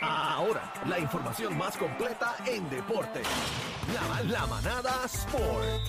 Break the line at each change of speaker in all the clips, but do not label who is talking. Ahora, la información más completa en deporte. La, la manada Sport.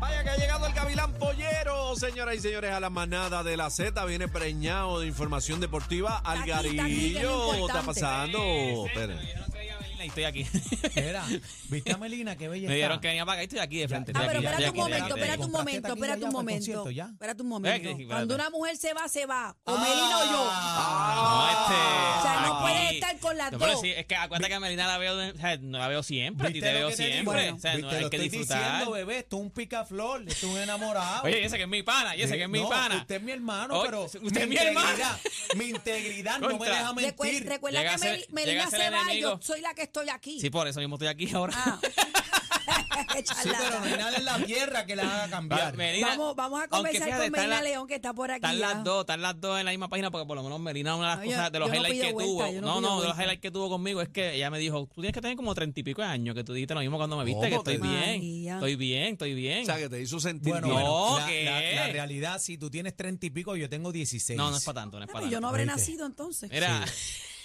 Vaya que ha llegado el Gavilán Pollero, señoras y señores, a la manada de la Z. Viene preñado de información deportiva. Al
Está aquí, está aquí, que es lo
garillo está
importante.
pasando. Espera.
Yo no creía venir y estoy aquí.
Mira, ¿viste a Melina? Qué bella
Me dijeron
está.
que venía para acá y estoy aquí de frente.
Ya,
Ah,
estoy
pero
aquí,
espérate un
estoy aquí,
momento,
estoy aquí.
espérate un momento,
Compraste
espérate un
taquilla
momento.
ya para el concierto, ya.
Espérate un
Eh, que-
momento.
espérate. ah,
Cuando una mujer se va, se va. O
Ah.
Melina o yo.
No, este,
O sea, no
aquí.
puede estar con las
No, pero
dos.
sí, es que acuérdate que a Melina la veo, de- o sea, no la veo siempre, a ti
¿Viste
ah, te
lo
veo
que te digo?
siempre.
Bueno,
o sea, no,
Viste,
hay
lo
que
estoy
disfrutar.
diciendo, bebé, esto es un picaflor, esto es un enamorado.
Oye, y ese que es mi pana, y ese que es mi
No,
pana.
Usted es mi hermano,
Oye,
pero.
usted es mi hermano.
integridad- Mi integridad no me
Contra.
deja
Recuer-
mentir.
recuerda
Llega
que
a ser-
Meli- Melina
llega a ser
se va y yo
enemigo.
soy la que estoy aquí.
Sí, por eso mismo estoy aquí ahora.
Ah.
Sí, pero no hay
Charlatán.
nada en la tierra que la haga
Va,
cambiar.
Melina-
Vamos- vamos a
aunque
conversar
fíjate,
con
están
Melina
la-
León, que está por aquí
Están
ya.
las dos, están las dos en la misma página porque por lo menos Melina una de las
No, yo-
cosas de los
yo no
highlights
pido
que
vuelta,
tuvo.
yo no
No,
pido
no, de los
vuelta.
highlights que tuvo conmigo es que ella me dijo, tú tienes que tener como treinta y pico de años, que tú dijiste lo mismo cuando me viste, que
¿Cómo te
estoy
digo?
bien,
María.
estoy bien, estoy bien.
O sea, que te hizo sentir
Bueno,
bien.
No,
bueno, la-
¿qué?
la, la realidad, si tú tienes treinta y pico, yo tengo 16.
No, no es para tanto, no es para
Claro,
tanto.
Yo no habré
Oíste.
nacido entonces.
Mira,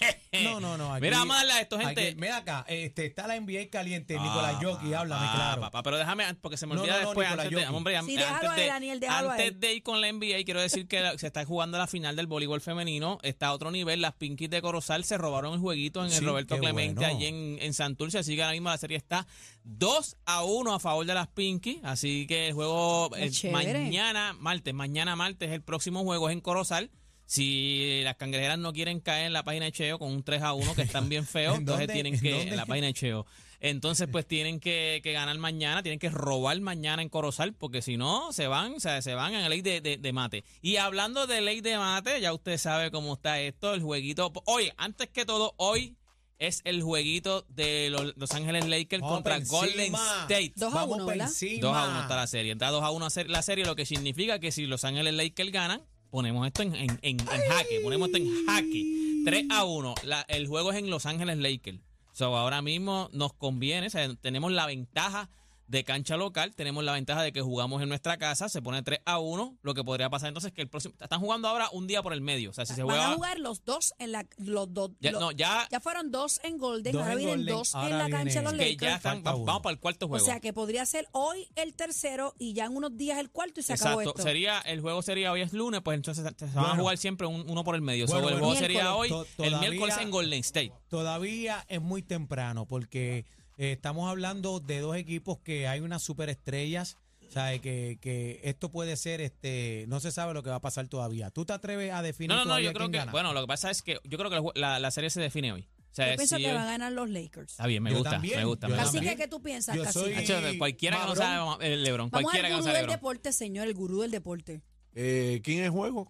No, no, no. aquí-
mira, mala esto,
aquí-
gente.
mira acá, este, está la NBA caliente,
Ah,
Nicolás Jockey,
papá,
háblame, claro.
papá, pero déjame, an- porque se me
No,
olvida
no, no,
después.
Nicolás
antes de,
Jockey.
hombre, an-
Sí, déjalo
antes,
a
de,
él, Daniel, déjalo a
antes
él.
de ir con la NBA, quiero decir que la- se está jugando la final del voleibol femenino. Está a otro nivel. Las Pinkies de Corozal se robaron el jueguito en
Sí,
el Roberto
qué
Clemente
bueno.
allí en, en Santurce. Así que ahora mismo la serie está 2 a 1 a favor de las Pinkies. Así que el juego
Qué
eh,
chévere.
mañana, martes, mañana martes, el próximo juego es en Corozal. Si las cangrejeras no quieren caer en la página de Cheo con un 3 a 1 que están bien feos,
¿En
entonces
dónde?
tienen
¿En
que
dónde?
en la página de Cheo. Entonces, pues tienen que, que ganar mañana, tienen que robar mañana en Corozal, porque si no, se van, o sea, se van en ley de, de- de mate. Y hablando de ley de mate, ya usted sabe cómo está esto, el jueguito. Oye, antes que todo, hoy es el jueguito de los Los Ángeles Lakers
Vamos
contra
pa'
Golden
encima.
State.
Dos a
Vamos
uno,
pa'
¿verdad?
encima.
2 a 1 está la serie. Está 2 a 1 la serie, lo que significa que si Los Ángeles Lakers ganan, ponemos esto en, en- en- en jaque. Ponemos esto en jaque. 3 a 1. La- el juego es en Los Ángeles Lakers. So, ahora mismo nos conviene, o sea, tenemos la ventaja de cancha local, tenemos la ventaja de que jugamos en nuestra casa, se pone 3 a 1, lo que podría pasar entonces que el próximo... Están jugando ahora un día por el medio, o sea, si se
Van
juega...
a jugar los dos en la. Los dos.
ya,
lo-
no, ya,
ya fueron dos en Golden,
Dos
ahora
en
vienen
Golden,
dos en
ahora
la cancha de los
que
viene-
ya
Lakers.
están,
Falta
vamos,
uno.
vamos para el cuarto
O
juego.
sea que podría ser hoy el tercero y ya en unos días el cuarto y se
Exacto.
acabó esto.
Sería, el juego sería hoy es lunes, pues entonces se se van a
Bueno.
jugar siempre un- uno por el medio.
Bueno,
So, el
bueno.
juego sería hoy,
Miércoles. To-
el
todavía-
miércoles en Golden State.
Todavía es muy temprano porque eh, estamos hablando de dos equipos que hay unas superestrellas. ¿Sabe? Que, que esto puede ser, este no se sabe lo que va a pasar todavía. ¿Tú te atreves a definir
No, no, no,
todavía
yo creo
quién
que,
gana?
bueno, lo que pasa es que yo creo que el jue- la, la serie se define hoy. O sea,
Yo pienso
si
que
hoy-
van a ganar los Lakers.
está bien, me
Yo
gusta,
también,
me gusta,
yo
me gusta.
Así
también.
que, ¿qué tú piensas,
Yo
Cacique?
soy-
Hacho, de cualquiera que no
Mabrón.
sabe el LeBron,
Vamos
cualquiera
al
que no
gurú
sabe
del
LeBron.
deporte, señor, el gurú del deporte.
Eh, ¿Quién es juego?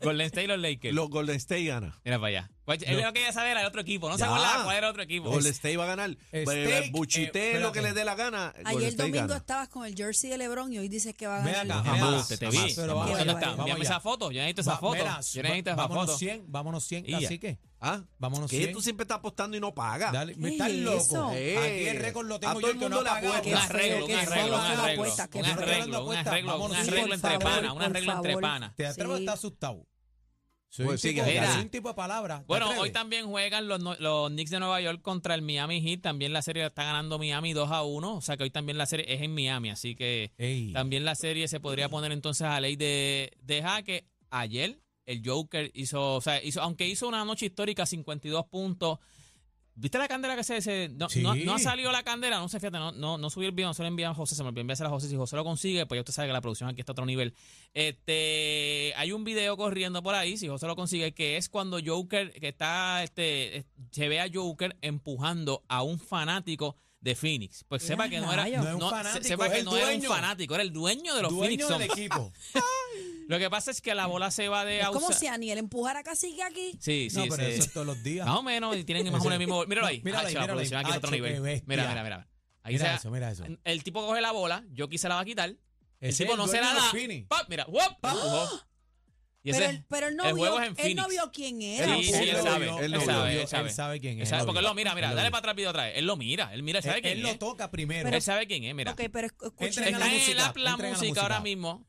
Golden State y los Lakers.
Los Golden State gana.
Mira para allá. Cual- Él lo quería saber era el otro equipo, no se
Ya.
acordaba cuál era el otro equipo.
Golden State va a ganar.
Steak,
Buchite
eh,
lo que
espérate.
le dé la gana. Golden
Ayer
State
domingo
gana.
estabas con el jersey de LeBron y hoy dices que va a
Ven
ganar. los
acá, ven acá.
Lakers.
Amaste, te
jamás,
vi.
pero vamos
¿Dónde
allá,
está?
vamos
Envíame
allá.
esa foto, yo necesito esa
Va-
foto.
mira,
Yo necesito esa
vámonos
foto.
100, vámonos 100,
Iya.
así que
¿Ah?
vámonos
¿Qué?
100.
Tú siempre estás apostando y no pagas.
Dale,
¿Qué
estás
es eso?
loco.
Eh,
Aquí el récord lo tengo
a
yo
todo el
que
mundo
no
le
ha pagado.
apuesta.
un
Qué
arreglo,
feo,
un
qué
arreglo, un
feo, qué
arreglo,
apuesta, qué
un
feo.
arreglo, un arreglo, un
Vámonos, sí,
arreglo
por
entre
favor,
panas, un
por
arreglo entre
favor.
panas.
Te atreves
Sí.
a estar asustado. Soy,
Pues
un
sigue,
tipo,
mira.
soy un tipo de palabra. ¿te
Bueno, hoy
atreves?
también juegan los, no- los Knicks de Nueva York contra el Miami Heat. También la serie la está ganando Miami 2 a 1. O sea que hoy también la serie es en Miami. Así que
Ey.
también la serie se podría poner entonces a ley de, de jaque. Ayer el Joker hizo, o sea, hizo, aunque hizo una noche histórica, 52 puntos. ¿Viste la candela que se.? se- no,
Sí.
no, no ha salido la candela, no sé, fíjate, no, no, no subí el video, no se lo envían a José, se me olvidó enviársela a José. Si José lo consigue, pues ya usted sabe que la producción aquí está a otro nivel. Este, hay un video corriendo por ahí, si José lo consigue, que es cuando Joker, que está, este, se ve a Joker empujando a un fanático de Phoenix. Pues
Mira,
sepa que no era,
rayos.
No es un
se-
fanático,
sepa
es
que
el
no era un
dueño.
fanático, era el dueño de los Phoenix
dueño del
Suns.
equipo.
Lo que pasa es que la bola se va de
Es como
outside-
si Aniel empujara a Cacique aquí.
Sí, sí,
no, pero
sí.
eso es todos los días.
Más o menos, y tienen más o menos el mismo. Míralo ahí.
Míralo ahí,
Hacho, la
míralo ahí.
producción aquí es otro
Hacho, qué
nivel.
bestia.
Mira, mira, mira. Ahí
mira
se-
eso, mira eso.
El tipo coge la bola, yo quise la va a quitar. El
Ese
tipo
es
no se
dueño
la
de
da.
Phoenix.
¡Pap! Mira, ¡wop! Empujó. Y Y
pero,
ese-
él, pero él no
el
vio,
juego es en
él no
Phoenix.
vio quién era.
Sí, sí,
tampoco.
él
Él
sabe,
lo
él
vio,
lo
él lo
sabe,
vio,
él sabe.
él sabe quién
Él
es,
sabe,
él lo
porque él
vio,
lo mira, mira,
él lo
dale
vio.
para atrás el video otra vez. Él lo mira, él mira, sabe
Él,
quién
él
es.
lo toca primero.
Él sabe quién es, mira.
ok, pero esc-
Entra
escuchen
en
a
la
la
Está en el
música,
app la
entra en la
música ahora
música.
mismo.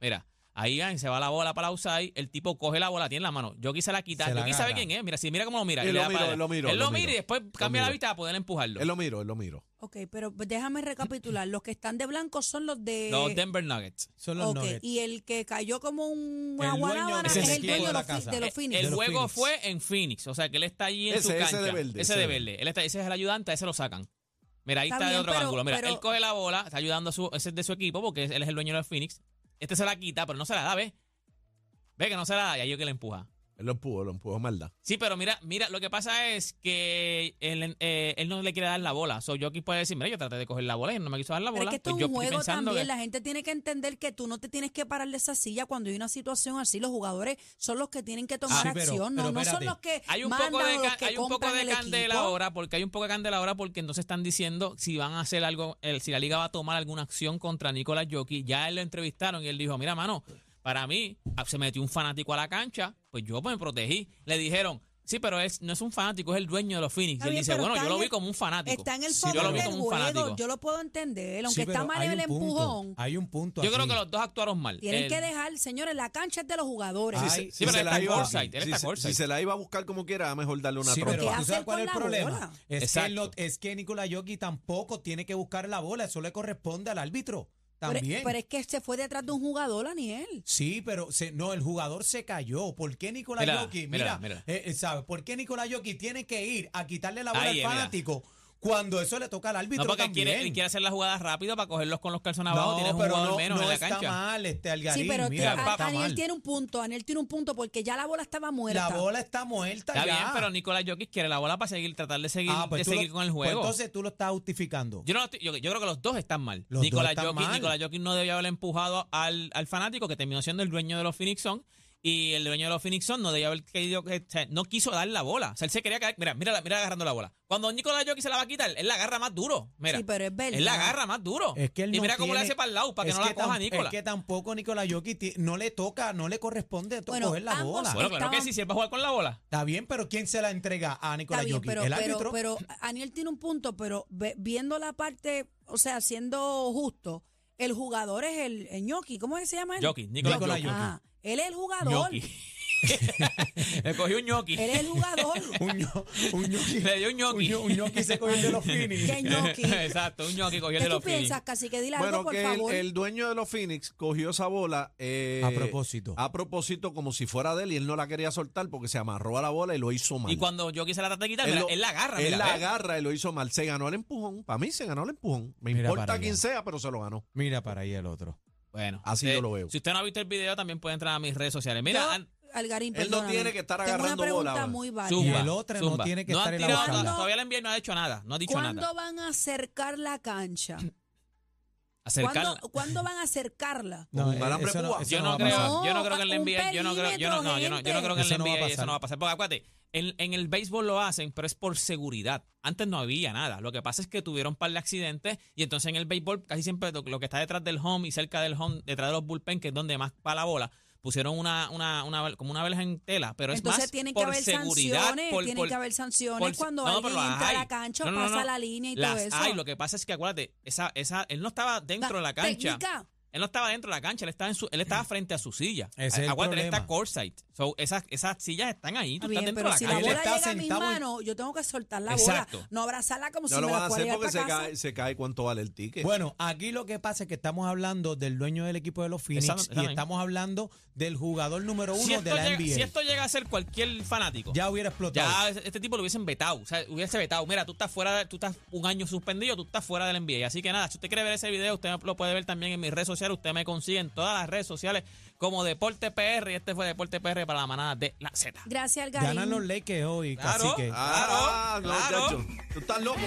Mira, ahí gan, se va la bola para Usai, el tipo coge la bola, tiene en la mano. Yo quise la quitar,
Se la
yo quise saber
agarra.
quién es. Mira, si mira cómo lo mira.
Y
y le
lo
da
miro,
para-
lo miro,
Él
lo
lo mira
miro.
y después cambia
miro.
la vista para poder empujarlo.
Él lo miro, él lo miro.
Ok, pero déjame recapitular. Los que están de blanco son los de.
Los Denver Nuggets.
Son los
Ok,
Nuggets.
y el que cayó como un
El dueño
guanábana
del
es el
equipo
dueño
de
de
la
los, fi-
casa.
de los
Eh,
Phoenix.
El
los
juego
Phoenix.
fue en Phoenix, o sea que él está allí en su
Ese- ese
cancha.
de verde,
Ese
ese
de
de-
verde. Él está, ese es el ayudante, a ese lo sacan. Mira, ahí
Está
está, de
bien,
otro
pero-
ángulo. Mira,
pero-
él coge la bola, está ayudando a su, ese es de su equipo porque él es el dueño de los Phoenix. Este se la quita, pero no se la da, ¿ves? Ve que no se la da y ahí yo que le empuja.
Él lo empujó, lo empujó maldad.
Sí, pero mira, mira, lo que pasa es que él, eh, él no le quiere dar la bola. So, yo aquí puede decir, mira, yo traté de coger la bola y él no me quiso dar la
Pero es
bola.
que esto
Pues
es
yo
un
estoy
juego
pensando
también.
que-
La gente tiene que entender que tú no te tienes que parar de esa silla cuando hay una situación así. Los jugadores son los que
Ah,
tienen que tomar
sí, pero-
acción. No,
pero
no son
espérate.
los que
Hay un
mandan
poco de,
o los
ca-
que
hay un poco
compran
de
el
candela
equipo.
ahora, porque hay un poco de candela ahora, porque entonces están diciendo si van a hacer algo, el- si la liga va a tomar alguna acción contra Nicolás Jockey. Ya él lo entrevistaron y él dijo, mira, mano, para mí ah, se metió un fanático a la cancha, pues yo me protegí. Le dijeron, sí, pero es, no es un fanático, es el dueño de los Phoenix.
Está
Y él
bien,
dice,
pero
bueno,
está
yo lo
en
vi
el-
como un fanático.
Está en el
Sí,
fondo
pero-
yo lo vi
del
como un
juego.
fanático.
Yo lo puedo entender.
Sí,
Aunque está
pero
mal
hay
el
un punto,
empujón.
Hay un punto.
Yo creo
aquí.
que los dos actuaron mal.
Tienen
El-
que dejar, señores, la cancha es de los jugadores.
Sí,
Si
Ay,
se-
sí,
si
pero
se
él
la
está en
iba-
courtside, él
si
está
se-
courtside.
Si se la iba a buscar como quiera, mejor darle una
Sí, pero
trompa.
¿tú
hacer
sabes cuál
con
es el
la
problema?
bola?
Es que,
Exacto.
el lo- es que Nikola Jokic tampoco tiene que buscar la bola, eso le corresponde al árbitro
Pero-
también.
Pero, es que se fue detrás de un jugador, Daniel.
Sí, pero se- no, el jugador se cayó. ¿Por qué Nicolás
Mira,
Jokic?
mira,
Mira,
mira.
eh, eh, ¿sabe? ¿Por qué Nicolás Jokic tiene que ir a quitarle la bola
Ahí es,
al
mira.
fanático cuando eso le toca al árbitro
No, porque él
también?
quiere, él quiere hacer las jugadas rápido para cogerlos con los calzones abajo.
no,
Tienes un
pero
jugador
no,
menos
no
en la
está
cancha.
mal este Algarín.
sí, pero
mira,
a-
está
Daniel
mal.
tiene un punto. Daniel tiene un punto porque ya la bola estaba muerta.
La bola está muerta
Está
ya.
bien, pero Nicolás Jokic quiere la bola para seguir, tratar de seguir,
Ah, pues
de
tú lo-
seguir con el
pues
juego.
entonces tú lo estás justificando.
yo, no lo estoy- yo- yo creo que los dos están mal.
Los dos
Nicolás
están
Jokic,
mal.
Nicolás Jokic no debió haber empujado al, al fanático que terminó siendo el dueño de los Phoenix Suns y el dueño de los Phoenix Suns no debió haber querido que- o sea, no quiso dar la bola. O sea, él se quería quedar, mira, mira, mira agarrando la bola. Cuando Nicolás Jokic se la va a quitar, él la agarra más duro. Mira.
Sí, pero es verdad.
Él la agarra más duro.
Es que él
y
no
mira cómo le
tiene-
hace para el lado para que
es
no la coja
tam-
Nicolás.
Es que tampoco Nicolás Jokic ti- no le toca, no le corresponde to-
Bueno,
coger la
ambos-
bola.
Bueno, claro que
Estaban-
sí, siempre jugar con la bola.
Está bien, pero ¿quién se la entrega a
Está
Nicolás
bien,
Jokic?
pero,
el árbitro.
pero, pero Aniel tiene un punto, pero ve- viendo la parte, o sea, siendo justo, el jugador es el, el ñoqui. ¿Cómo es que se llama él?
Jokic, Nicolás
Nicolás
Jokic.
Jokic.
Ah, él es el jugador.
Ñoqui. Le cogió un ñoqui.
Él es el jugador.
un ño- un ñoqui.
Le dio un ñoqui.
ño- Un ñoqui se cogió el de los finis.
¿Qué ñoqui?
Exacto, un ñoqui cogió el
¿Qué
de
tú
los Phillies.
piensas, casi que dile algo,
Bueno,
por
que el,
favor?
el dueño de los Phoenix cogió esa bola. eh,
A propósito.
A propósito, como si fuera de él y él no la quería soltar porque se amarró a la bola y lo hizo mal.
Y cuando Jokic se la trata de quitar, mira, él,
lo-
la agarra.
Él
mira,
la
¿ves?
agarra y lo hizo mal. Se ganó el empujón. Para mí se ganó el empujón. Me
Mira para
importa
allá.
quién sea, pero se lo ganó.
Mira para ahí el otro.
Bueno,
Así
usted-
yo lo veo.
Si usted no ha visto el video, también puede entrar a mis redes sociales. Mira,
Yo,
an-
Algarín,
él no
perdóname.
tiene que estar
Tengo
agarrando
una pregunta
bola,
muy válida.
zumba,
Y el otro no
zumba.
tiene que estar
han
en la
tirado
boca.
nada,
¿Cuándo?
Todavía el envío no ha hecho nada, no ha dicho nada.
¿Cuándo van a acercar la cancha?
Acercarla.
¿Cuándo, cuándo van a acercarla?
Con un alambre
eh, eso
púa.
eso
Yo no,
va a
creo,
pasar.
No,
yo no creo que en la
un
NBA, yo no creo, yo no, no, yo no, yo no creo que en la
Eso no va a
NBA eso
pasar.
no va a pasar. Porque acuérdate, en, en el béisbol lo hacen, pero es por seguridad. Antes no había nada. Lo que pasa es que tuvieron un par de accidentes y entonces en el béisbol casi siempre lo, lo que está detrás del home y cerca del home, detrás de los bullpen, que es donde más va la bola, pusieron una, una, una como una verja en tela, pero es
Entonces
más
tienen que
por
haber
seguridad,
sanciones,
por-
tienen
por-
que haber sanciones
por-
cuando
no,
alguien
pero las
entra a la
hay.
cancha,
No, no, no,
pasa
no.
la línea y
Las
todo eso.
hay, lo que pasa es que acuérdate, esa, esa, él no estaba dentro de la cancha.
Técnica.
Él no estaba dentro de la cancha, él estaba, en su- él estaba frente a su silla.
Ese es el
Acuérdate, él está
problema.
courtside. So, esas, esas sillas están ahí, tú
Está bien,
estás dentro
pero
de la
si la
cancha.
Él
bola
está
llega a mis
sentado en-
manos, yo tengo que soltar la
Exacto.
bola, no abrazarla
No
como si
lo
me
van
la
a
fuera
hacer
llevar
porque se
para casa.
cae, se cae cuánto vale el ticket.
Bueno, aquí lo que pasa es que estamos hablando del dueño del equipo de los Phoenix
Esa no- esa no
y
es.
estamos hablando del jugador número uno
si, esto
de la
llega,
NBA.
si esto llega a ser cualquier fanático, ya,
ya hubiera explotado.
este tipo lo hubiesen vetado. O sea, hubiese vetado. Mira, tú estás fuera, de- tú estás un año suspendido, tú estás fuera del NBA. Así que nada, si usted quiere ver ese video, usted lo puede ver también en mis redes sociales. Usted me consigue en todas las redes sociales como Deporte PR. Y este fue Deporte PR para la manada de la Z.
Gracias, Algarín.
Ganan los Lakers hoy,
Claro.
así que.
Ah,
Claro,
no,
claro.
chacho. Tú estás loco.